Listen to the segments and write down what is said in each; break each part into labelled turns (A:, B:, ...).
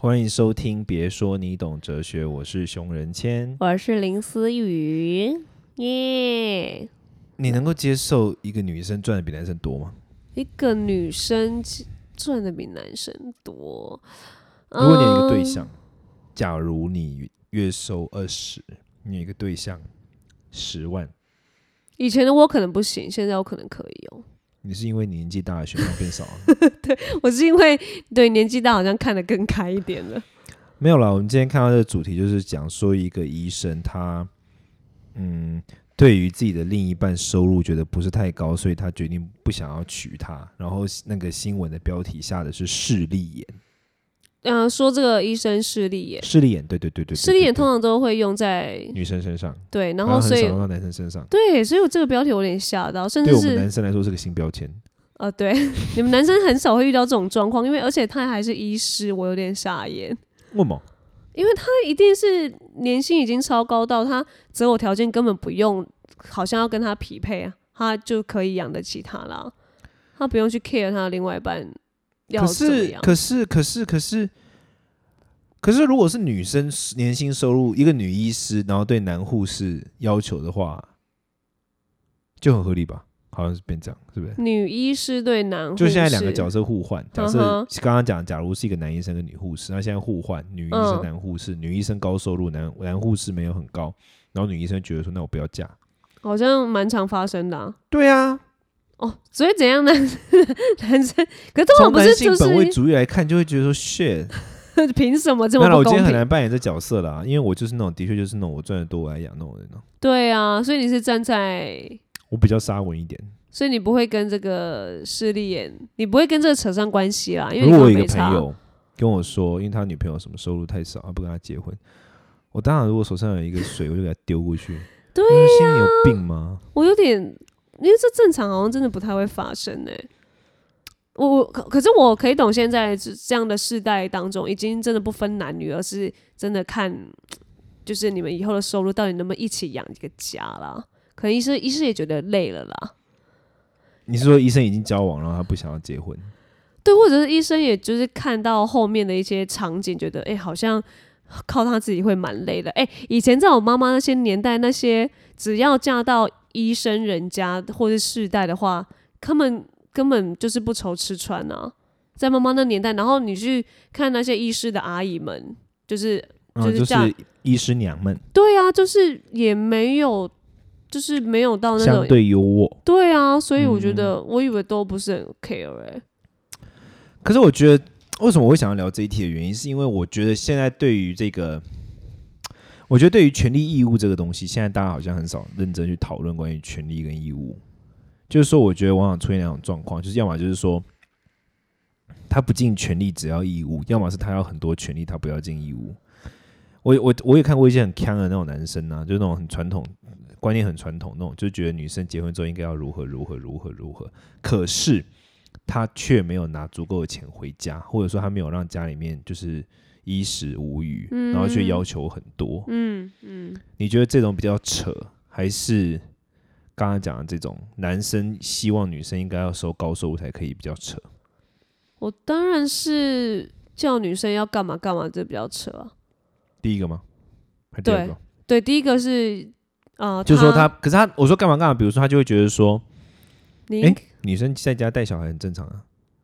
A: 欢迎收听，别说你懂哲学，我是熊仁谦。
B: 我是林思雨，耶、
A: 你能够接受一个女生赚的比男生多吗？
B: 一个女生其赚的比男生多。
A: 如果你有一个
B: 嗯
A: 对象，假如你月收二十，你有一个对象十万，
B: 以前的我可能不行，现在我可能可以哦。
A: 你是因为年纪大了选项变少了？啊
B: 我是因为对年纪大，好像看得更开一点了。
A: 没有啦，我们今天看到这个主题就是讲说一个医生他，嗯，对于自己的另一半收入觉得不是太高，所以他决定不想要娶她。然后那个新闻的标题下的是势利眼，
B: 嗯、说这个医生视力眼，
A: 势利眼，对对对对对
B: 视力眼
A: 对
B: 通常都会用在
A: 女生身上，
B: 对，然
A: 啊
B: 后
A: 很
B: 所以
A: 少用到男生身上。
B: 对，所以我这个标题我有点吓到，甚
A: 对
B: 至
A: 我们
B: 是
A: 男生来说是个新标签，
B: 呃，对， 你们男生很少会遇到这种状况，因为而且他还是医师，我有点傻眼。
A: 为毛？
B: 因为他一定是年薪已经超高到他择偶条件根本不用，好像要跟他匹配啊，他就可以养得起他啦，他不用去 care 他的另外一半要
A: 可
B: 怎么
A: 是
B: 样。
A: 可是可是可是可是，如果是女生年薪收入，一个女医师，然后对男护士要求的话，就很合理吧？好像是变这样，是不是？
B: 女医师对男护士，
A: 就现在两个角色互换，假设
B: 嗯
A: 刚刚讲，假如是一个男医生跟女护士，那现在互换，女医生、
B: 嗯
A: 男护士，女医生高收入，男男护士没有很高，然后女医生觉得说，那我不要嫁。
B: 好像蛮常发生的、啊、
A: 对啊，
B: 哦。所以怎样男 男生，可是通常
A: 从
B: 不
A: 男
B: 是
A: 性
B: 就
A: 本位
B: 是
A: 主义来看，就会觉得说 shit，
B: 凭什么这
A: 那
B: 么
A: 我
B: 不
A: 今
B: 公
A: 天很
B: 平？
A: 难扮演这角色啦，因为我就是那种的确就是那种我赚的多我来养那种人哦、
B: 对啊，所以你是站在，
A: 我比较沙文一点。
B: 所以你不会跟这个势利眼，你不会跟这个扯上关系啦，因为
A: 如果
B: 你根
A: 我有
B: 本
A: 一
B: 没
A: 个
B: 差
A: 朋。友跟我说，因为他女朋友什么收入太少，他不跟他结婚，我当然如果手上有一个水，我就给他丢过去。
B: 对
A: 我
B: 啊
A: 说心里有病吗？
B: 我有点，因为这正常好像真的不太会发生呢、欸我我可可是我可以懂，现在这这样的世代当中，已经真的不分男女，而是真的看，就是你们以后的收入到底能不能一起养一个家啦。可能医师医师也觉得累了啦，
A: 你是说医生已经交往，然后他不想要结婚？
B: 对，或者是医生也就是看到后面的一些场景，觉得哎、诶好像靠他自己会蛮累的。哎、以前在我妈妈那些年代，那些只要嫁到医生人家或是世代的话，他们根本就是不愁吃穿啊。在妈妈那年代，然后你去看那些医师的阿姨们，就是
A: 然后
B: 就是
A: 就
B: 这样
A: 是医师娘们
B: 对啊，就是也没有，就是没有到哦那
A: 相
B: 种
A: 对优渥，
B: 对啊，所以我觉
A: 嗯
B: 得、我以为都不是很 care 哎、
A: 可是我觉得为什么我会想要聊这一题的原因，是因为我觉得现在对于这个，我觉得对于权利义务这个东西，现在大家好像很少认真去讨论关于权利跟义务。就是说，我觉得往往出现两种状况，就是要么就是说他不尽权利只要义务，要么是他要很多权利他不要尽义务。我我我也看过一些很强的那种男生啊，就是那种很传统观念很传统那种，就觉得女生结婚之后应该要如何如何如何如何，可是他却没有拿足够的钱回家，或者说他没有让家里面就是衣食无余，
B: 嗯
A: 然后却要求很多。
B: 嗯嗯，
A: 你觉得这种比较扯，还是刚刚讲的这种男生希望女生应该要收高收入才可以比较扯？
B: 我当然是叫女生要干嘛干嘛，这比较扯啊。
A: 第一个吗？还是第二个？
B: 对，第一个是啊，呃、
A: 就是说他，可是他我说干嘛干嘛，比如说他就会觉得说
B: 你、
A: 诶女生在家带小孩很正常啊，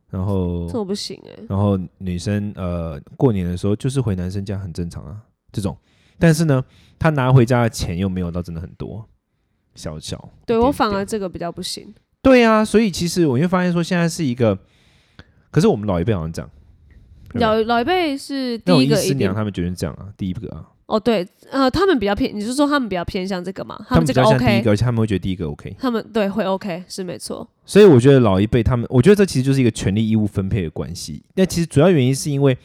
A: 然后
B: 这我不行哎、
A: 然后女生呃过年的时候就是回男生家很正常啊，这种。但是呢，她拿回家的钱又没有到真的很多，小小一点点。
B: 对我反而这个比较不行。
A: 对啊，所以其实我会发现说现在是一个，可是我们老一辈好像这样，对吧
B: 老老一辈是第
A: 那种
B: 一
A: 医
B: 个一
A: 师
B: 定
A: 娘他们觉得是这样啊，第一个啊，
B: 哦，对，呃，他们比较偏，你是说他们比较偏向这个嘛？
A: 们比
B: 这个
A: 较像第一
B: OK，
A: 个，而且他们会觉得第一个 OK。
B: 他们对会 OK 是没错。
A: 所以我觉得老一辈他们，我觉得这其实就是一个权利义务分配的关系。那其实主要原因是因为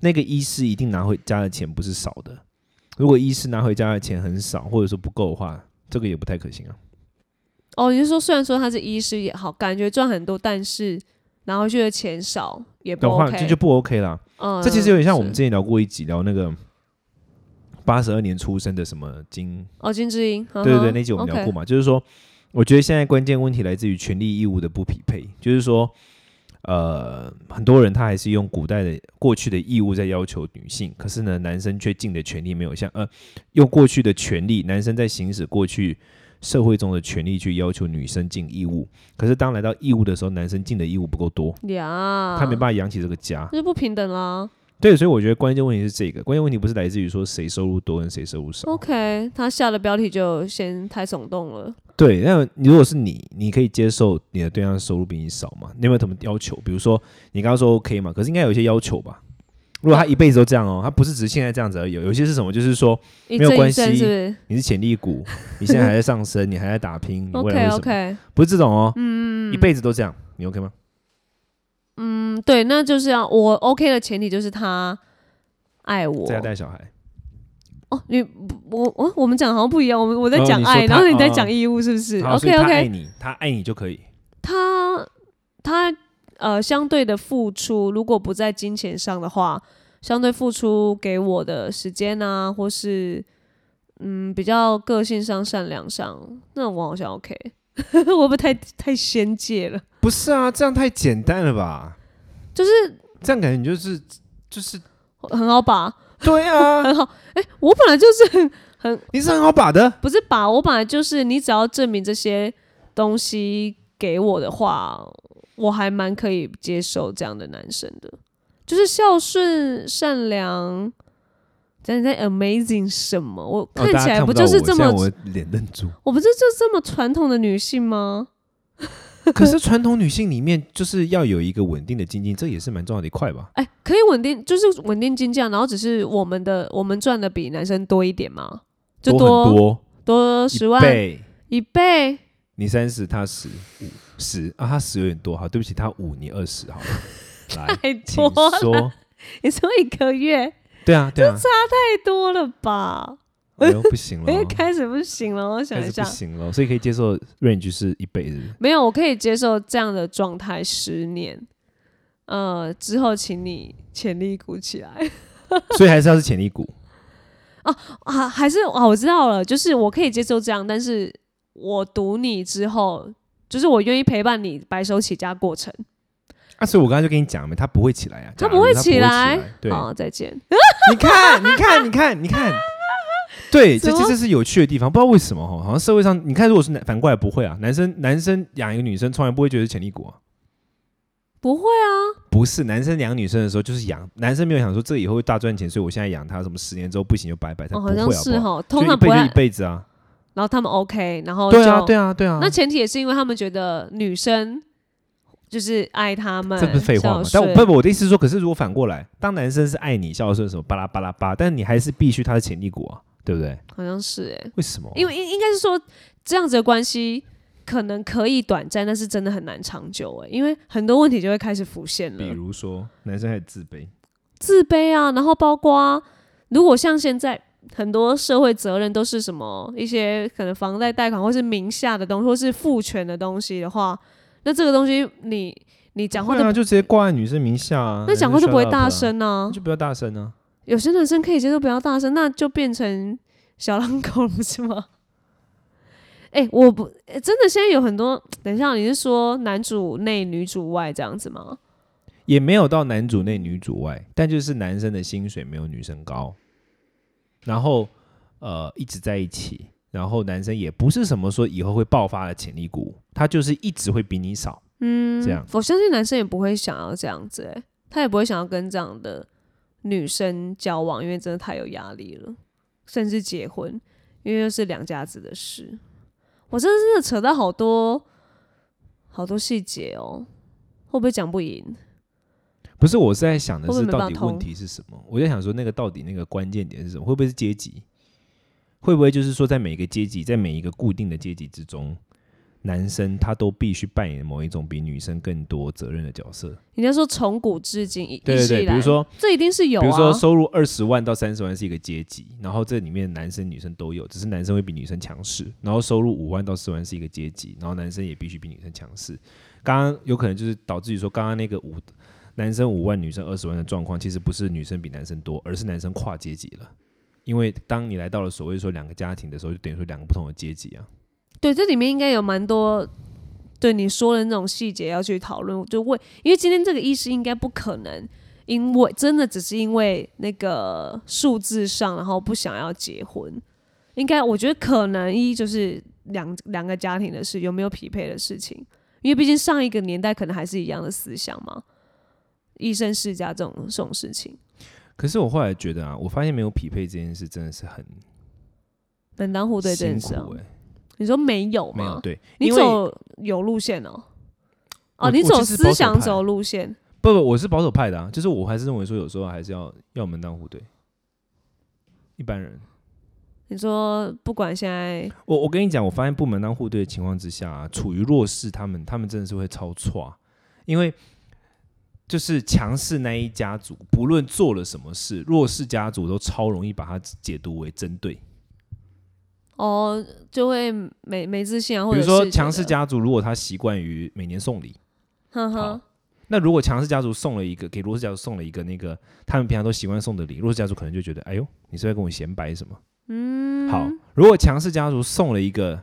A: 那个医师一定拿回家的钱不是少的，如果医师拿回家的钱很少，或者说不够的话，这个也不太可行啊。
B: 哦，你是说虽然说他是医师也好，感觉赚很多，但是拿回去的钱少也不
A: 的话
B: OK，
A: 这就不 OK 啦。
B: 嗯，
A: 这其实有点像我们
B: 是
A: 之前聊过一集聊那个八十二年出生的什么金，
B: 哦金智英，对
A: 对对对，那集我们聊过嘛，就是说，我觉得现在关键问题来自于权利义务的不匹配，就是说，呃，很多人他还是用古代的过去的义务在要求女性，可是呢，男生却尽的权利没有像呃，用过去的权利，男生在行使过去社会中的权利去要求女生尽义务，可是当来到义务的时候，男生尽的义务不够多，
B: 呀，
A: 他没办法养起这个家。
B: 那就不平等啦。
A: 对，所以我觉得关键问题是这个，关键问题不是来自于说谁收入多跟谁收入
B: 嗯
A: 少。
B: OK，他下的标题就先太耸动了。
A: 对，那你如果是你，你可以接受你的对象收入比你少吗？你有没有什么要求？比如说你刚刚说 OK 嘛，可是应该有一些要求吧？如果他一辈子都这样哦，他不是只是现在这样子而已哦，有一些是什么？就是说
B: 一
A: 没有
B: 阵
A: 关
B: 一阵
A: 系
B: 是不是
A: 你是潜力股，你现在还在上升，你还在打拼，你未来是什
B: ？OK
A: 么
B: OK，
A: 不是这种哦，嗯，一辈子都这样，你 OK 吗？
B: 嗯，对，那就是要我 OK 的前提就是他爱我。
A: 在家带小孩，
B: 哦，你我哦我我们讲好像不一样，我们我在
A: 哦
B: 讲
A: 你说
B: 爱，
A: 他
B: 然后你在
A: 哦
B: 讲义务，是不是
A: 好所以
B: ？OK
A: 他爱
B: OK，
A: 你，他爱你就可以。
B: 他他呃相对的付出，如果不在金钱上的话，相对付出给我的时间啊，或是嗯比较个性上、善良上，那我好像 OK。我 会不会太太仙界了？
A: 不是啊，这样太简单了吧？
B: 就是
A: 这样感觉你就是就是
B: 很好把，
A: 对啊，
B: 很好。哎、我本来就是很很
A: 你是很好把的。
B: 不是把，我本来就是你只要证明这些东西给我的话，我还蛮可以接受这样的男生的，就是孝顺、善良。但你在 amazing 什么？我
A: 哦
B: 看
A: 大家
B: 起来
A: 看
B: 不
A: 到
B: 就是
A: 我
B: 这
A: 现
B: 么，
A: 在
B: 我
A: 我脸愣住。
B: 不是就这么传统的女性吗？
A: 可是传统女性里面就是要有一个稳定的经济，这也是蛮重要的一块吧？
B: 哎，可以稳定，就是稳定金价，然后只是我们的我们赚的比男生多一点嘛，就
A: 多很
B: 多
A: 多
B: 多十万
A: 一倍，
B: 一倍，
A: 你三十，他十五十啊，他十有点多，好，对不起，他五你二十好了，来，
B: 太
A: 请
B: 哎多了，
A: 说，
B: 你说一个月
A: 对啊对啊，
B: 太多了吧？
A: 哎呦不行了
B: 哎、
A: 哦，
B: 开始不行了，我想
A: 开
B: 一
A: 始
B: 下
A: 不，行了，所以可以接受 range 是一倍的，
B: 没有，我可以接受这样的状态十年。呃，之后请你潜力鼓起来
A: 所以还是要是潜力股，
B: 啊，还是啊，我知道了，就是我可以接受这样，但是我读你之后，就是我愿意陪伴你白手起家过程。
A: 啊，所以我刚才就跟你讲嘛，他不会起来啊，
B: 他
A: 假
B: 不
A: 如
B: 会
A: 它
B: 起来哦
A: 对，
B: 好，啊再见。
A: 你看，你看，你看，你看，对，这
B: 什
A: 这
B: 么
A: 这是有趣的地方，不知道为什么哈，好像社会上，你看，如果是男反过来不会啊，男生男生养一个女生，从来不会觉得是潜力股啊，
B: 不会啊，
A: 不是，男生养女生的时候就是养，男生没有想说这以后会大赚钱，所以我现在养她，什么十年之后不行就拜拜，他
B: 哦，
A: 不
B: 好
A: 会啊哎
B: 像
A: 好不
B: 是
A: 好？
B: 哈，通
A: 就一
B: 常不
A: 辈
B: 会
A: 子一。辈子啊，
B: 然后他们 OK，然后就
A: 对啊，对啊，对啊
B: 那，前提也是因为他们觉得女生就是爱他们，
A: 这不是废话吗
B: 孝？
A: 但我
B: 顺
A: 不不，我的意思是说，可是如果反过来，当男生是爱你孝顺什么巴拉巴拉巴，但你还是必须他是潜力股啊，对不对？
B: 好像是哎、
A: 为什么？
B: 因为应应该是说这样子的关系可能可以短暂，但是真的很难长久哎、因为很多问题就会开始浮现
A: 比
B: 了，
A: 如说男生开始自卑，
B: 自卑啊，然后包括如果像现在很多社会责任都是什么一些可能房贷贷款或是名下的东西，或是父权的东西的话，那这个东西你你讲话
A: 会
B: 就、
A: 啊，就直接挂在女生名下啊。
B: 那讲话
A: 男
B: 就
A: 生
B: 不会
A: shut up 啊
B: 大，声啊
A: 那，就不要大声啊。
B: 有些男生可以接受不要大声，那就变成小狼狗了，不是吗？ 哎、我不、诶真的，现在有很多。等一下，你是说男主内女主外这样子吗？
A: 也没有到男主内女主外，但就是男生的薪水没有女生高，然后呃一直在一起，然后男生也不是什么说以后会爆发的潜力股，他就是一直会比你少。
B: 嗯，
A: 这样
B: 我相信男生也不会想要这样子、诶他也不会想要跟这样的女生交往，因为真的太有压力了，甚至结婚，因为又是两家子的事。我真的真的扯到好多好多细节哦，会不会讲不赢？
A: 不是，我是在想的
B: 会
A: 是
B: 不会没
A: 到
B: 办法
A: 底
B: 通
A: 问题是什么？我在想说那个到底那个关键点是什么？会不会是阶级？会不会就是说在每个阶级，在每一个固定的阶级之中，男生他都必须扮演某一种比女生更多责任的角色？
B: 人家说从古至今，一
A: 对
B: 一
A: 对
B: 直
A: 对，
B: 以
A: 比如
B: 来
A: 说
B: 这一定是有、啊，
A: 比如说收入二十万到三十万是一个阶级，然后这里面男生女生都有，只是男生会比女生强势。然后收入五万到十万是一个阶级，然后男生也必须比女生强势。刚刚有可能就是导致于说，刚刚那个五男生五万女生二十万的状况，其实不是女生比男生多，而是男生跨阶级了。因为当你来到了所谓说两个家庭的时候，就等于说两个不同的阶级啊。
B: 对，这里面应该有蛮多对你说的那种细节要去讨论，就为因为今天这个医师应该不可能，因为真的只是因为那个数字上，然后不想要结婚，应该我觉得可能一就是两两个家庭的事有没有匹配的事情，因为毕竟上一个年代可能还是一样的思想嘛，医生世家这种这种事情
A: 可是我后来觉得啊，我发现没有匹配这件事真的是很
B: 门当户对这
A: 辛
B: 件
A: 苦
B: 事啊，
A: 哎、
B: 你说没有
A: 没有
B: 吗？
A: 对，
B: 你
A: 因为
B: 走有路线哦、
A: 我
B: 哦，你
A: 我
B: 走
A: 就是保
B: 思
A: 守
B: 想
A: 派啊
B: 走路线，
A: 不不，我是保守派的啊，就是我还是认为说有时候还是要要门当户对。一般人，
B: 你说不管现在
A: 我我跟你讲，我发现不门当户对的情况之下、啊，处于弱势，他们他们真的是会超错，因为就是强势那一家族，不论做了什么事，弱势家族都超容易把它解读为针对。
B: 哦，就会没没自信啊，或
A: 比
B: 者
A: 如
B: 是
A: 说
B: 觉
A: 强
B: 得
A: 势，家族，如果他习惯于每年送礼，
B: 呵呵
A: 好，那如果强势家族送了一个给弱势家族送了一个那个他们平常都习惯送的礼，弱势家族可能就觉得，哎呦，你是在跟我显摆什么？
B: 嗯，
A: 好，如果强势家族送了一个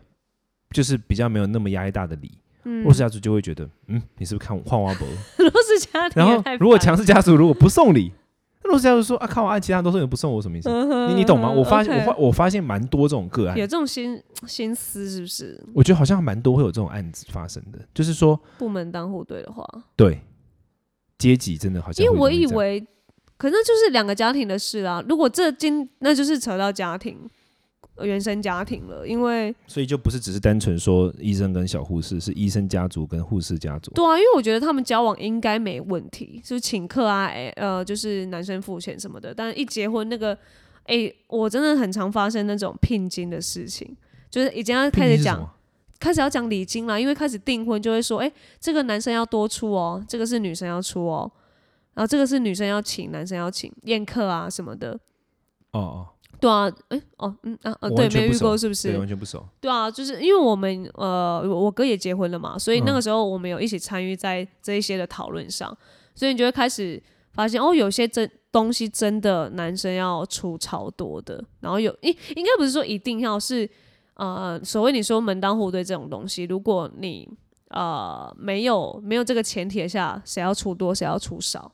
A: 就是比较没有那么压力大的礼，
B: 嗯，
A: 弱势家族就会觉得，嗯，你是不是看我换 花博？
B: 都是家庭
A: 然
B: 也
A: 后
B: 太
A: 如果
B: 烦
A: 强势家族如果不送礼，那弱势家族说啊，看我按其他都送，你不送我什么意思？
B: 嗯哼
A: 你你懂吗？
B: 嗯
A: 我发现
B: OK
A: 我发我发现蛮多这种个案
B: 有，这种心心思是不是？
A: 我觉得好像蛮多会有这种案子发生的，就是说
B: 不门当户对的话，
A: 对阶级真的好像
B: 因
A: 会
B: 为我
A: 容易
B: 以
A: 这样
B: 为，可能就是两个家庭的事啦。如果这今那就是扯到家庭。呃原生家庭了，因为
A: 所以就不是只是单纯说医生跟小护士，是医生家族跟护士家族。
B: 对啊，因为我觉得他们交往应该没问题，就是请客啊，哎呃，就是男生付钱什么的。但一结婚那个，哎、我真的很常发生那种聘金的事情，就是已经要
A: 聘
B: 开
A: 金是
B: 始
A: 什
B: 讲
A: 么，
B: 开始要讲礼金啦，因为开始订婚就会说，哎、这个男生要多出哦，这个是女生要出哦，然后这个是女生要请，男生要请宴客啊什么的。
A: 哦哦，
B: 对啊，哎、哦，嗯啊，
A: 我
B: 呃，对，
A: 完全
B: 没
A: 不
B: 遇过
A: 熟
B: 是不是？
A: 对，完全不熟。
B: 对啊，就是因为我们呃，我我哥也结婚了嘛，所以那
A: 嗯
B: 个时候我们有一起参与在这一些的讨论上，所以你就会开始发现哦，有些真东西真的男生要出超多的，然后有应应该不是说一定要是呃，所谓你说门当户对这种东西，如果你呃没有没有这个前提下，谁要出多谁要出少，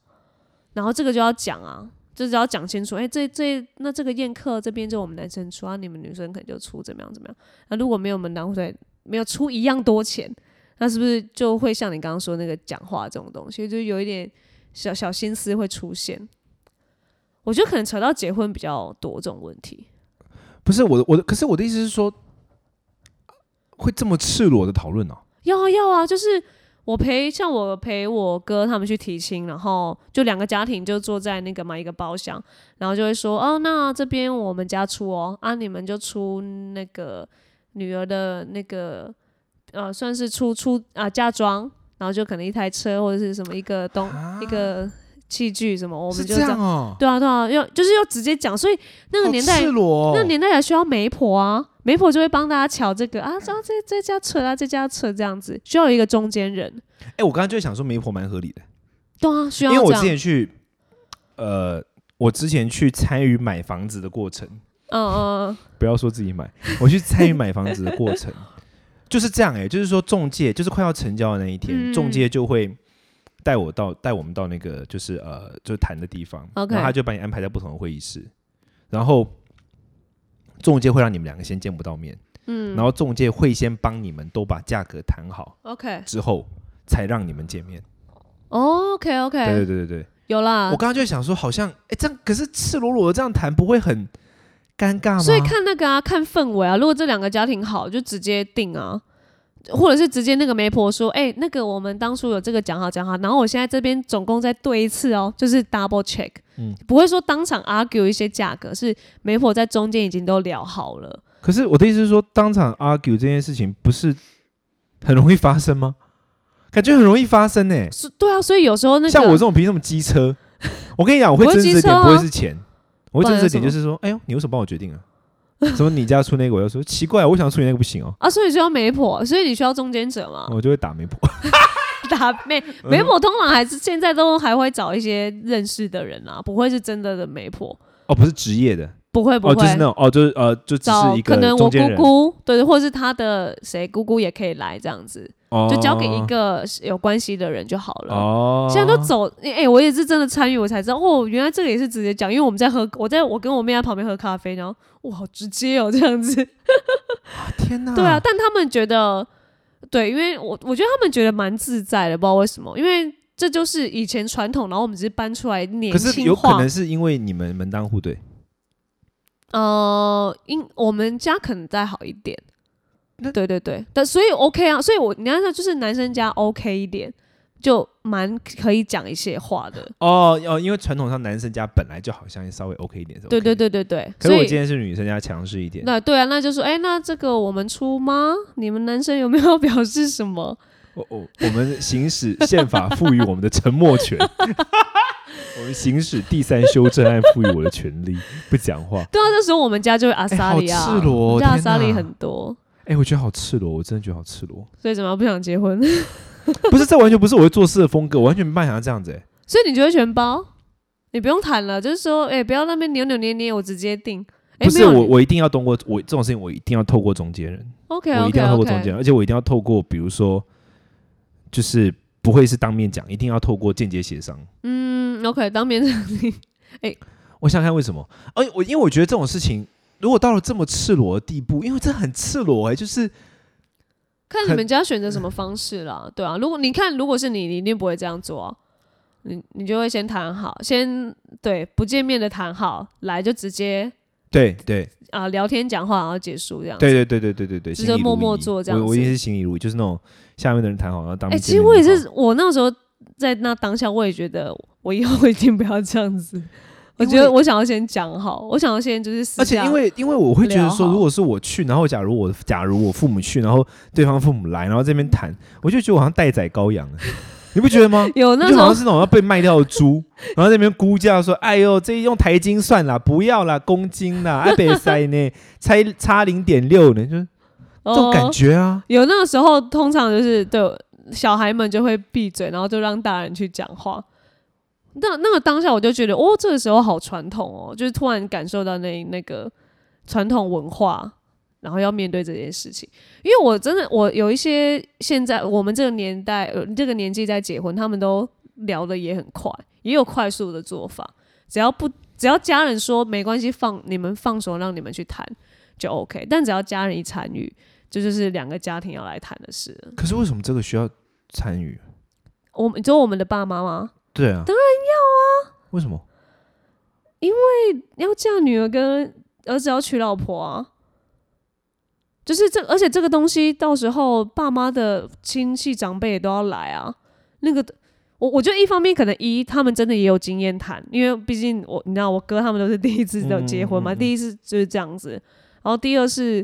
B: 然后这个就要讲啊。就是要讲清楚，哎、这这那这个宴客这边就我们男生出啊，你们女生可能就出怎么样怎么样。那如果没有门当户对，没有出一样多钱，那是不是就会像你刚刚说那个讲话这种东西，就有一点小小心思会出现？我觉得可能扯到结婚比较多这种问题。
A: 不是我的，我的，可是我的意思是说，会这么赤裸的讨论哦。
B: 要啊要啊，就是我陪像我陪我哥他们去提亲，然后就两个家庭就坐在那个嘛一个包厢，然后就会说哦，那这边我们家出哦，啊你们就出那个女儿的那个呃算是出出啊嫁妆，然后就可能一台车或者是什么一个东、一个器具什么，我
A: 啊是
B: 们就
A: 这样哦，
B: 对啊对啊，要就是要直接讲，所以那个
A: 好
B: 年代
A: 赤裸、哦，
B: 那年代还需要媒婆啊，媒婆就会帮大家瞧这个
A: 嗯
B: 啊，这这这家扯啊，这家扯这样子，需要有一个中间人，
A: 哎，我刚刚就想说媒婆蛮合理的，
B: 对啊，需
A: 因
B: 要
A: 为我
B: 这
A: 之前
B: 样，
A: 去，呃，我之前去参与买房子的过程，
B: 嗯嗯
A: 不要说自己买， 我去参与买房子的过程， 就是这样哎、就是说中介就是快要成交的那一天，
B: 嗯
A: 中介就会带我到带我们到那个就是呃就是谈的地方
B: OK
A: 然后他就把你安排在不同的会议室，然后中介会让你们两个先见不到面，
B: 嗯哦
A: 然后中介会先帮你们都把价格谈好
B: ，OK
A: 之后才让你们见面。
B: OK
A: 对对
B: OK，啊
A: 对对对，
B: 有啦
A: 我，刚刚就想说，好像哎、这样可是赤裸裸的这样谈不会很尴尬吗？
B: 所以看那个啊，看氛围啊，如果这两个家庭好，就直接定啊。或者是直接那个媒婆说，哎、那个我们当初有这个讲好讲好，然后我现在这边总共再对一次哦，就是 double check，
A: 嗯
B: 不会说当场 argue 一些价格，是媒婆在中间已经都聊好了，
A: 可是我的意思是说，当场 argue 这件事情不是很容易发生吗？感觉很容易发生呢、欸
B: 是，对啊，所以有时候那个
A: 像我这种凭什么机车？我跟你讲，我会
B: 不会
A: 争执的
B: 机车
A: 点
B: 啊
A: 不会是钱，我会
B: 不
A: 争
B: 然
A: 执的
B: 什
A: 点
B: 么
A: 就是说，哎呦，你为什么帮我决定啊？什么你家出那个，我就说奇怪，我想出你那个不行哦，
B: 啊，所以需要媒婆，所以你需要中间者嘛？
A: 我就会打媒婆。
B: 打媒
A: 嗯
B: 媒婆通常还是现在都还会找一些认识的人啊，不会是真的的媒婆。
A: 哦，不是职业的，
B: 不会不
A: 哦，就
B: 会，
A: 是那种哦，就是呃，就只
B: 找
A: 是一
B: 可
A: 个
B: 能我
A: 中间
B: 姑
A: 人，
B: 姑对，或是他的谁姑姑也可以来这样子，
A: 哦
B: 就交给一个有关系的人就好了。
A: 哦，
B: 现在都走，哎、欸我也是真的参与，我才知道哦，原来这个也是直接讲，因为我们在喝，我在我跟我妹在旁边喝咖啡，然后哇，好直接哦，这样子。
A: 天哪，
B: 对啊，，但他们觉得，对，因为我我觉得他们觉得蛮自在的，不知道为什么，因为这就是以前传统，然后我们只是搬出来年
A: 可是
B: 轻
A: 有可
B: 化
A: 能。是因为你们门当户对，
B: 呃，因我们家可能再好一点
A: 那。
B: 对对对，但所以 OK 啊，所以我你要说就是男生家 OK 一点，就蛮可以讲一些话 的。
A: 哦哦，因为传统上男生家本来就好像稍微 OK 一点，是 OK
B: 对对
A: 的。
B: 对对对，
A: 可
B: 所
A: 是我
B: 以。
A: 今天是女生家强势一点，
B: 那对啊，那就说，哎、那这个我们出吗？你们男生有没有表示什么？
A: 我我我们行使宪法赋予我们的沉默权， 我们行使第三修正案赋予我的权利， 不讲话。
B: 对啊，那时候我们家就会阿
A: 哎
B: 萨
A: 好
B: 里啊，
A: 赤裸哦
B: 我们家阿
A: 天
B: 萨里
A: 哪
B: 很多，
A: 哎、我觉得好赤裸，我真的觉得好赤裸。
B: 所以怎么样不想结婚？
A: 不是，这完全不是我会做事的风格，我完全没办法像这样子、哎，
B: 所以你就会全包，你不用谈了，就是说，哎、不要那边扭扭捏捏，我直接定。哎、
A: 不
B: 没
A: 是
B: 有
A: 我，我一定要通过我这种事情，我一定要透过中间人
B: OK
A: 我
B: OK
A: 一定要透过中间
B: OK，
A: 人，而且我一定要透过，比如说，就是不会是当面讲，一定要透过间接协商。
B: 嗯，OK，当面讲你，
A: 我想想看为什么？而、我因为我觉得这种事情，如果到了这么赤裸的地步，因为这很赤裸哎、就是
B: 看你们家选择什么方式啦，对啊，如果你看，如果是你，你一定不会这样做啊、你你就会先谈好，先对不见面的谈好，来就直接
A: 对对
B: 啊、聊天讲话，然后结束这样子。
A: 对对对对对对对，
B: 嗯就
A: 行礼
B: 默
A: 如
B: 默
A: 仪
B: 做这样
A: 我我一定
B: 子
A: 是行礼如仪，就是那种下面的人谈好，然后当
B: 哎、
A: 面
B: 其
A: 见
B: 实
A: 面
B: 我也
A: 就好
B: 是，我那时候在那当下，我也觉得我以后一定不要这样子。我
A: 因
B: 觉得
A: 为
B: 我想要先讲好，我想要先就是私
A: 而且
B: 下
A: 因为因为我会觉得
B: 聊
A: 说，
B: 好
A: 如果是我去，然后假如我假如我父母去，然后对方父母来，然后这边谈，我就觉得我好像待宰羔羊了，你不觉得吗？
B: 有
A: 你
B: 那
A: 就好像
B: 种
A: 是那种要被卖掉的 猪，然后在那边估价说：“哎呦，这用台斤算啦，不要啦，公斤 啦，阿北塞呢，才差零点六呢，就是这种感、
B: 哦
A: 觉啊。
B: 有那个时候通常就是对小孩们就会闭嘴，然后就让大人去讲话。那那个当下我就觉得，哦，这个时候好传统哦，就是突然感受到那那个传统文化，然后要面对这件事情。因为我真的，我有一些现在我们这个年代，呃，这个年纪在结婚，他们都聊的也很快，也有快速的做法，只要不只要家人说没关系，放你们放手让你们去谈就 OK，但只要家人一参与，这就是两个家庭要来谈的事了。
A: 可是为什么这个需要参与？啊
B: 我们你说我们的爸妈吗？
A: 对啊，当然要啊。为什么？
B: 要嫁女儿跟儿子要娶老婆啊。就是这，而且这个东西到时候爸妈的亲戚长辈也都要来啊。那个，我我觉得一方面可能一他们真的也有经验谈，因为毕竟我你知道我哥他们都是第一次的
A: 嗯
B: 结婚嘛，
A: 嗯嗯
B: 第一次就是这样子。然后第二是，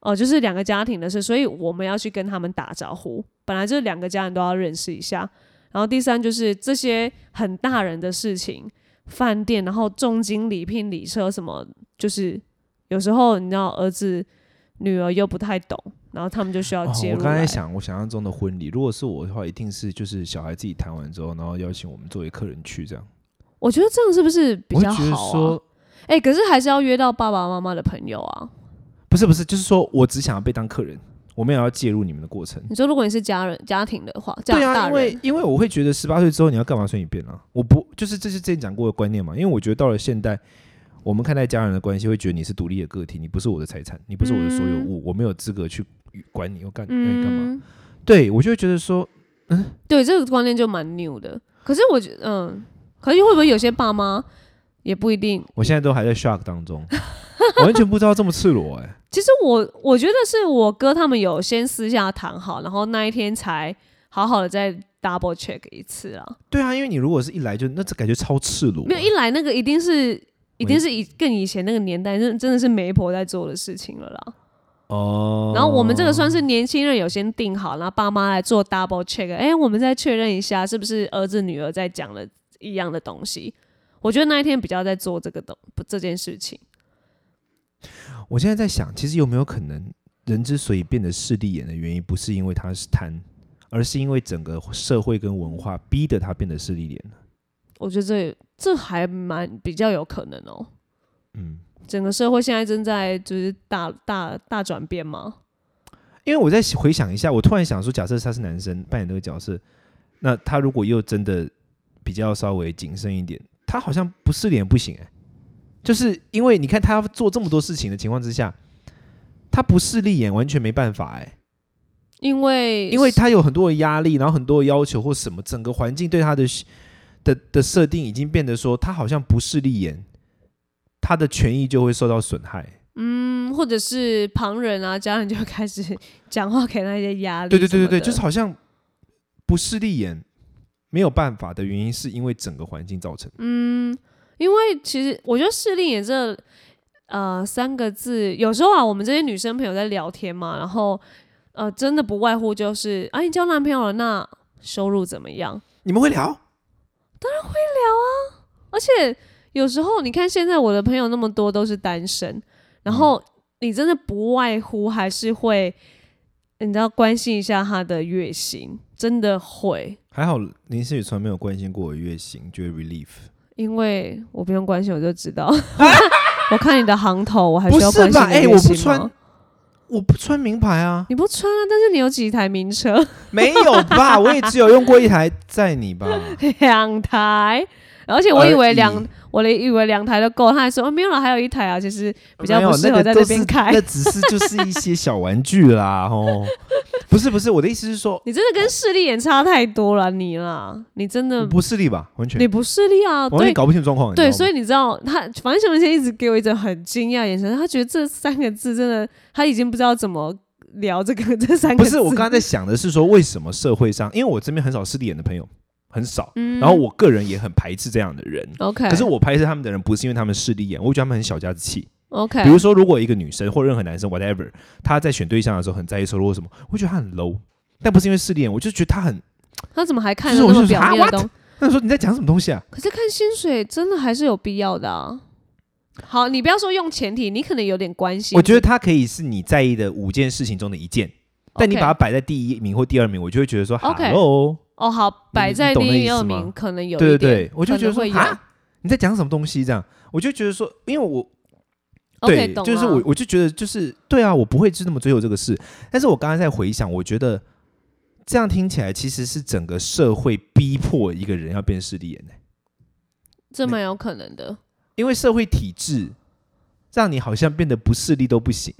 B: 哦、就是两个家庭的事，所以我们要去跟他们打招呼。本来就是两个家人都要认识一下。然后第三就是这些很大人的事情，饭店，然后重金礼聘礼车什么，就是有时候你知道儿子女儿又不太懂，然后他们就需要
A: 哦
B: 介入、
A: 我刚才，想，我想象中的婚礼，如果是我的话，一定是就是小孩自己谈完之后，然后邀请我们作为客人去这样。
B: 我觉得这样是不是比
A: 我会
B: 较
A: 觉得
B: 好啊
A: 说？，
B: 哎、可是还是要约到爸爸妈妈的朋友啊。
A: 不是不是，就是说我只想要被当客人，我没有要介入你们的过程。
B: 你说如果你是家人家庭的话，这
A: 对
B: 样
A: 啊，
B: 大
A: 因
B: 人
A: 为因为我会觉得十八岁之后你要干嘛随你便啊，我不就是这是之前讲过的观念嘛，因为我觉得到了现代，我们看待家人的关系会觉得你是独立的个体，你不是我的财产，你不是我的所有物，我没有资格去管你，要干要哎你干嘛？
B: 嗯，
A: 对我就会觉得说，
B: 对这个观念就蛮 new 的。可是我觉得，嗯，可是会不会有些爸妈也不一定
A: 我现在都还在 shock 当 中，我完全不知道这么赤裸哎、
B: 其实我我觉得是我哥他们有先私下谈好，然后那一天才好好的再 double check 一次啊。
A: 对啊，因为你如果是一来就那这感觉超赤裸啊，
B: 没有一来那个一定是一定是以更以前那个年代，真真的是媒婆在做的事情了啦。
A: 哦，
B: 然后我们这个算是年轻人有先定好，然后爸妈来做 double check，哎，我们再确认一下是不是儿子女儿在讲了一样的东西。我觉得那一天比较在做这个东这件事情。
A: 我现在在想，其实有没有可能，人之所以变得势利眼的原因，不是因为他是贪，而是因为整个社会跟文化逼得他变得势利眼了
B: 我觉得这这还蛮比较有可能哦、
A: 嗯，
B: 整个社会现在正在就是大大大转变嘛。
A: 因为我在回想一下，我突然想说，假设他是男生扮演那个角色，那他如果又真的比较稍微谨慎一点，他好像不是脸不行哎、就是因为你看他做这么多事情的情况之下，他不势利眼完全没办法哎、
B: 因为
A: 因为他有很多的压力，然后很多的要求或什么，整个环境对他的的的设定已经变得说，他好像不势利眼，他的权益就会受到损害。
B: 嗯，或者是旁人啊，家人就开始讲话给他一些压力。
A: 对对对对对，就是好像不势利眼没有办法的原因，是因为整个环境造成的。
B: 嗯，因为其实我觉得“势利眼”这呃三个字，有时候啊，我们这些女生朋友在聊天嘛，然后呃，真的不外乎就是啊，你交男朋友了，那收入怎么样？
A: 你们会聊？
B: 而且有时候你看，现在我的朋友那么多都是单身，然
A: 嗯
B: 后你真的不外乎还是会，你知道关心一下他的月薪，真的会，
A: 还好林思雨从来没有关心过我的月薪，就会 relief。
B: 因为我不用关心我 就知道。我看你的行头，我还需要
A: 不是
B: 关心
A: 吧？
B: 你的
A: 哎、
B: 月薪
A: 我
B: 吗？，
A: 不穿，我不穿名牌啊
B: 你不穿啊，但是你有几台名车，
A: 没有吧？我也只有用过一台，在你吧？
B: 两台，而且我以
A: 而
B: 为
A: 已
B: 两，我连以为两台都够，他还说、哦、没有了，还有一台啊，其实比较
A: 没有
B: 不适
A: 那
B: 合
A: 个
B: 在
A: 都
B: 这
A: 是
B: 边开。
A: 那只是就是一些小玩具啦， 哦，不是不是，我的意思是说，
B: 你真的跟势利眼差太多了，你啦，你真
A: 我
B: 的
A: 不势利吧，完全
B: 嗯你，不势利啊，
A: 我完全
B: 对
A: 搞不清楚状况。
B: 对，
A: 你知道
B: 所
A: 吗
B: 以你知道他，反正小文先一直给我一种很惊讶的眼神，他觉得这三个字真的他已经不知道怎么聊这个 这三
A: 不
B: 个字。
A: 是我刚刚在想的是说，为什么社会上，因为我这边很少势利眼的朋友，很少，
B: 嗯
A: 然后我个人也很排斥这样的人。
B: OK，
A: 可是我排斥他们的人，不是因为他们势利眼，我觉得他们很小家子气。
B: OK，
A: 比如说，如果一个女生或任何男生 whatever，他在选对象的时候很在意收入或什么，我觉得他很 low，但不是因为势利眼，我就觉得他很。
B: 他怎么还看
A: 就
B: 得
A: 是
B: 那
A: 我就
B: 么
A: 说
B: 表
A: 啊
B: 面
A: what？
B: 的东西？
A: 那说你在讲什么东西啊？
B: 可是看薪水真的还是有必要的啊。好，你不要说用前提，你可能有点关系。
A: 我觉得它可以是你在意的五件事情中的一件，但你把它摆在第一名或第二名，我就会觉得说
B: OK
A: hello，
B: 哦，好摆
A: 你
B: 在
A: 你懂那
B: 第
A: 意思
B: 二
A: 吗
B: 名，可能有一
A: 对对
B: 点，
A: 对，我就
B: 可
A: 觉得
B: 能
A: 说
B: 会有。
A: 啊，你在讲什么东西这样，我就觉得说，因为我
B: OK，
A: 对，
B: 懂
A: 就是
B: 了
A: 我，我就觉得就是对啊，我不会是那么追求这个事。但是我刚才在回想，我觉得这样听起来其实是整个社会逼迫一个人要变势利眼的、
B: 这蛮有可能的。
A: 因为社会体制让你好像变得不势利都不行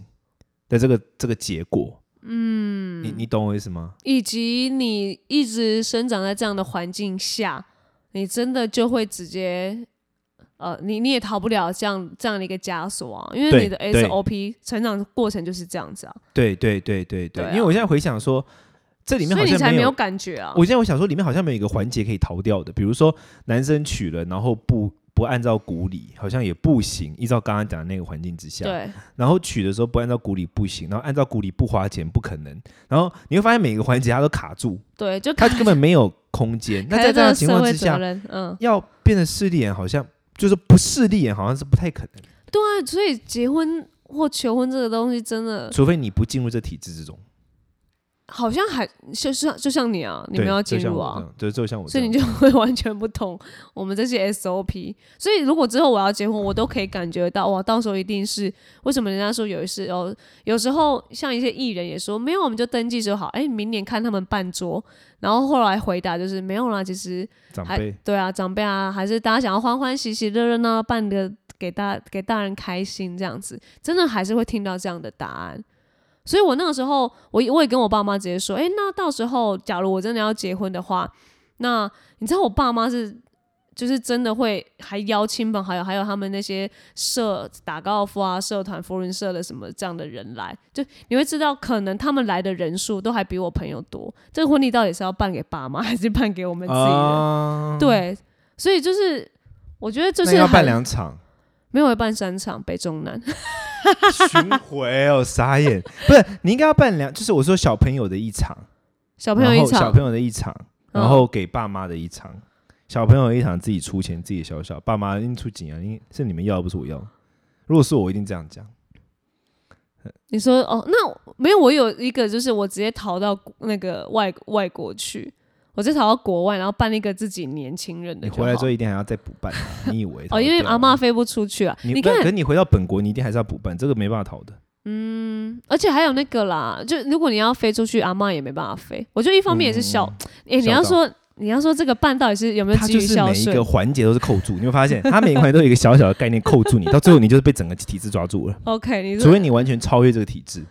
A: 的这个这个结果。嗯，你你懂我意思吗？
B: 以及你一直生长在这样的环境下，你真的就会直接，呃，你你也逃不了这样这样的一个枷锁啊，因为
A: 对
B: 你的
A: 对
B: SOP 成长过程就是这样子啊，
A: 对对对对对，
B: 对啊
A: 因为我现在回想说，这里面
B: 所
A: 好
B: 以你
A: 像
B: 才
A: 没
B: 没有
A: 有。
B: 感觉啊。
A: 我现在我想说，里面好像没有一个环节可以逃掉的，比如说男生娶了，然后不不按照古礼，好像也不行。依照刚刚讲的那个环境之下，
B: 对，
A: 然后取的时候不按照古礼不行，然后按照古礼不花钱不可能，然后你会发现每个环节它都卡 住，
B: 对，就
A: 它
B: 看
A: 根本没有空间。那
B: 看
A: 在这样
B: 个
A: 的情况
B: 社会
A: 之
B: 责
A: 下，
B: 任，嗯，
A: 要变得势利眼，好像就是不势利眼，好像是不太可能的，
B: 对啊，所以结婚或求婚这个东西真的
A: 除非你不进入这体制之中。
B: 好像还就像就像你啊，你
A: 对
B: 们要进
A: 就像
B: 入
A: 我这
B: 啊，
A: 样，就就像我这
B: 所以
A: 样，
B: 你就会完全不同我们这些 SOP。所以如果之后我要结婚，我都可以感觉到哇，到时候一定是为什么人家说有一次哦，有时候像一些艺人也说没有，我们就登记就好，哎，明年看他们办桌。然后后来回答就是没有啦，其实
A: 长
B: 还
A: 辈。
B: 对啊，长辈啊，还是大家想要欢欢喜喜、热热闹闹办的，给大给大人开心这样子，真的还是会听到这样的答案。所以我那个时候，我也我也跟我爸妈直接说，诶，那到时候假如我真的要结婚的话，那你知道我爸妈是。就是真的会还邀亲朋好友，还有他们那些社打高尔夫啊、社团、福伦社的什么这样的人来，就你会知道，可能他们来的人数都还比我朋友多。这个婚礼到底是要办给爸妈，还是办给我们自己人？
A: 啊，
B: 对，所以就是我觉得就
A: 那
B: 是
A: 要办
B: 很
A: 两 场
B: 没有会办三场北中南，
A: 巡回哦，傻眼！不是，你应该要办两，就是我说小朋友的一场，
B: 小朋友
A: 然
B: 一
A: 后小
B: 场，
A: 朋友的一场，
B: 嗯
A: 然后给爸妈的一场，小朋友一场自己出钱自己小小，爸妈一定出钱啊，因为是你们要不是我要。如果是我，我一定这样讲。
B: 你说哦，那没有我有一个就是我直接逃到那个外外国去，我就逃到国外，然后办一个自己年轻人的
A: 你
B: 就好。
A: 回来之后一定还要再补 办啊，你以为逃
B: 哦，
A: 得
B: 因为
A: 掉
B: 阿
A: 吗
B: 嬷飞不出去啊。
A: 你
B: 你
A: 不
B: 看
A: 然，可你回到本国，你一定还是要补办，这个没办法逃的。
B: 嗯而且还有那个啦，就如果你要飞出去，阿嬷也没办法飞。我觉得一方面也是小，哎、你
A: 孝
B: 要
A: 道
B: 说你要说这个办到底是有没
A: 嗯
B: 有
A: 它
B: 基于
A: 就是
B: 孝
A: 每一
B: 顺
A: 个？环节都是扣住，你会发现它每个环节都有一个小小的概念扣住你，到最后你就是被整个体制抓住了，
B: OK，你
A: 除
B: 说
A: 非你完全超越这个体制。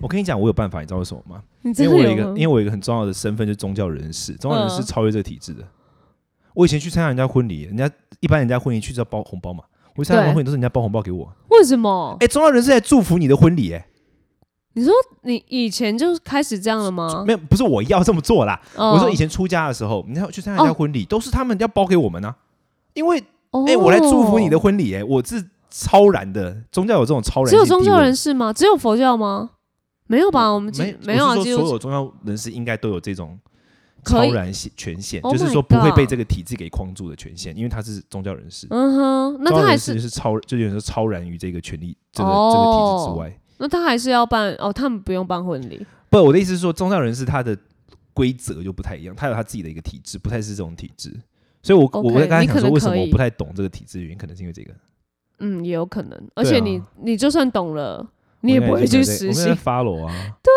A: 我跟你讲，我有办法，你知道为什么吗？
B: 你 真
A: 因为
B: 的
A: 我有一
B: 有
A: 个，
B: 吗
A: 因为？我有一个很重要的身份，就是宗教人士。宗教人士
B: 嗯
A: 超越这个体制的。我以前去参加人家婚礼，人家一般人家婚礼去是要包红包嘛，我去参加人家
B: 对
A: 婚礼都是人家包红包给我。
B: 为什么？
A: 哎，宗教人士在祝福你的婚礼，哎，
B: 你说你以前就开始这样了吗？
A: 没有，不是我要这么做啦。
B: 哦
A: 我说以前出家的时候，你要去参加人家婚礼，都是他们要包给我们啊，因为
B: 哦
A: 哎、我来祝福你的，婚礼，哎，我是超然的，宗教有这种超然性
B: 只
A: 地
B: 有
A: 位，
B: 宗教人士吗？只有佛教吗？没有吧？我们基
A: 没
B: 没有
A: 我
B: 啊，
A: 是
B: 基
A: 说所
B: 督
A: 有宗教人士应该都有这种
B: 可以
A: 超然性权限，
B: Oh
A: 就是说
B: my
A: 不会被
B: God
A: 这个体制给框住的权限，因为他是宗教人士，
B: 嗯哼，那
A: 宗教
B: 他还
A: 人士
B: 是
A: 就是超，就有人说超然于这个权利，这个、这个体制
B: 哦
A: 之外。
B: 那他还是要办哦，他们不用办婚礼
A: 不，我的意思是说，宗教人士他的规则就不太一样，他有他自己的一个体制，不太是这种体制。所以我，我
B: OK，
A: 我刚才
B: 你
A: 想
B: 可
A: 说，
B: 能
A: 为什么
B: 可
A: 我
B: 以
A: 不太懂这个体制的原因，可能是因为这个。
B: 嗯，也有可能。而
A: 对
B: 且
A: 啊
B: 你、你就算懂了，你也不会去实行。
A: 发 o 啊。
B: 他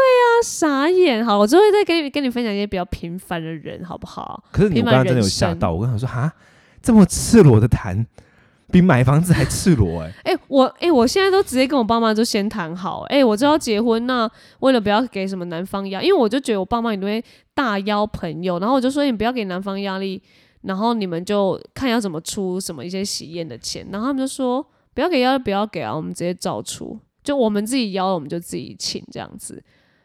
B: 傻眼，好，我之后再跟你跟你分享一些比较平凡的人，好不好？
A: 可是你
B: 平
A: 我
B: 凡
A: 刚刚真的
B: 人
A: 有吓
B: 生
A: 到，我跟他说哈，这么赤裸的谈，比买房子还赤裸哎、
B: 哎、我哎、我现在都直接跟我爸妈就先谈好，哎、我知道结婚那为了不要给什么男方压，因为我就觉得我爸妈一定会大邀朋友，然后我就说哎你不要给男方压力，然后你们就看要怎么出什么一些喜宴的钱，然后他们就说不要给压力，不要给啊，我们直接照出，就我们自己邀了，我们就自己请这样子，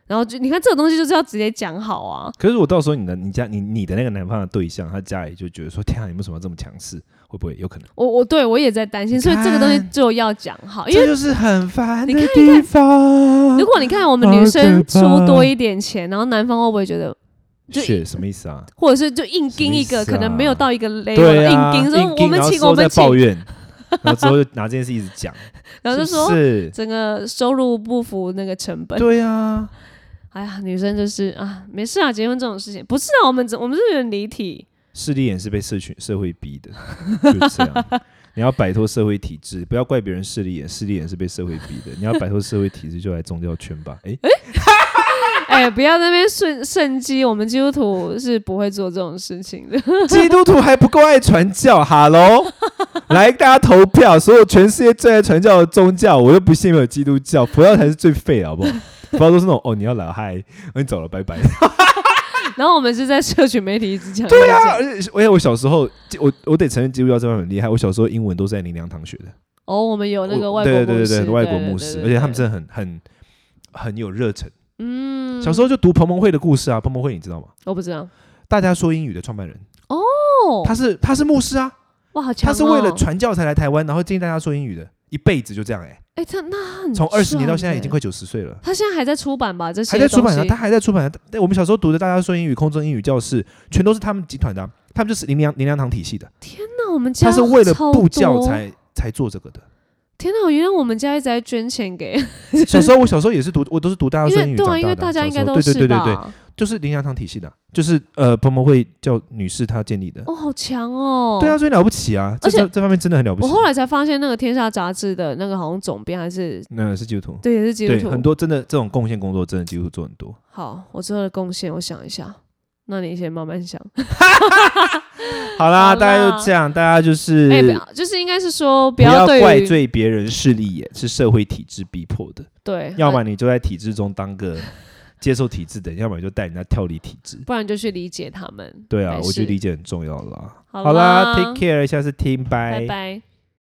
B: 然后就你看这种东西就是要直接讲好啊，
A: 可是我到时候你的你家你你的那个男方的对象，他家里就觉得说天啊，你为什么要这么强势？会不会有可能？
B: 我我对我也在担心，所以这个东西就要讲好，哦因
A: 这
B: 为。
A: 就是很烦
B: 你
A: 的
B: 看
A: 地方
B: 如。果你看我们
A: 好
B: 女
A: 可
B: 生出
A: 怕
B: 多一点钱，然后男方会不会觉得就
A: 血什么意思啊？
B: 或者是就硬盯一
A: 什么
B: 个，
A: 意思啊
B: 可能哎没有到一个
A: 对
B: level 的
A: 啊，
B: 硬盯，说我们
A: 然后
B: 请
A: 之后
B: 我们
A: 再
B: 请，
A: 抱怨，然后之后就拿这件事一直讲，
B: 然后就是说
A: 不 是
B: 整个收入不符那个成本。
A: 对啊，
B: 哎呀，女生就是啊，没事啊，结婚这种事情不是啊，我们只我们是人离体，
A: 势利眼是被社群社会逼的， 就这样。你要摆脱社会体制，不要怪别人势利眼，势利眼是被社会逼的。你要摆脱社会体制，就来宗教圈吧。诶，
B: 哎，不要在那边顺趁机，我们基督徒是不会做这种事情的。
A: 基督徒还不够爱传教，哈喽！来，大家投票，所有全世界最爱传教的宗教，我都不信没有基督教，佛教才是最废的，好不好？佛教都是那种哦，你要来嗨，哦你走了，拜 拜。
B: 然后我们是在社群媒体一直讲，
A: 对啊，，而且而且我小时候，我我得承认基督教这方面很厉害。我小时候英文都是在林良堂学的。
B: 哦，我们有那个
A: 我
B: 外国
A: 对
B: 牧
A: 对
B: 师，
A: 对对，外国
B: 对
A: 牧师，而且他们真，的很很很有热忱。
B: 对对嗯，
A: 小时候就读彭彭会的故事啊，彭彭会你知道吗？
B: 我不知道
A: 大家说英语的创办人，
B: 哦，
A: 他是他是牧师啊，
B: 哇，好强
A: 他
B: 哦，
A: 是为了传教才来台湾，然后建议大家说英语的，一辈子就这样哎、
B: 哎，他那很
A: 从二十年到
B: 爽
A: 现在已
B: 哎
A: 经快九十岁了。
B: 他现在还在出版吧？这些
A: 还在出版啊
B: 东
A: 呢，
B: 西
A: 他还在出版呢。但我们小时候读的《大家说英语》《空中英语教室》，全都是他们集团的啊、他们就是林良林良堂体系的。
B: 那我们家
A: 他是为了
B: 超
A: 布教
B: 多
A: 才才做这个的。
B: 天哪！原来我们家一直在捐 钱给，
A: 小时候我小时候也是读，我都是读《大家
B: 因
A: 说英
B: 为
A: 语》长
B: 对
A: 大
B: 啊，
A: 的。
B: 因为大家应该
A: 小时候
B: 都
A: 对
B: 是
A: 对对
B: 吧？
A: 对对，就是林良堂体系的啊、就是呃彭彭会叫女士她建立的。
B: 哦，好强哦！
A: 对啊，，所以了不起啊，这
B: 而且
A: 这这方面真的很了不
B: 我
A: 起。
B: 后来才发现，那个《天下》杂志的那个好像总编还是
A: 那是基督徒，
B: 对，也是基督
A: 对
B: 徒。
A: 很多真的这种贡献工作，真的基督徒做很多。
B: 好，我之后的贡献，我想一下。那你先慢慢想。
A: 好啦，
B: 好啦
A: 大家就这样，大家就是、
B: 哎、不要，就是应该是说，
A: 不
B: 要对
A: 怪
B: 于
A: 罪别人势利眼，是社会体制逼迫的。
B: 对，呃
A: 要
B: 然
A: 么你就在体制中当 个接受体制的人，要么你就带人家跳离体制。
B: 不然就去理解他们。
A: 对啊，
B: 没
A: 我觉得
B: 事
A: 理解很重要啦。
B: 好
A: 啦
B: 啦
A: t a k e care，下次听，
B: 拜拜。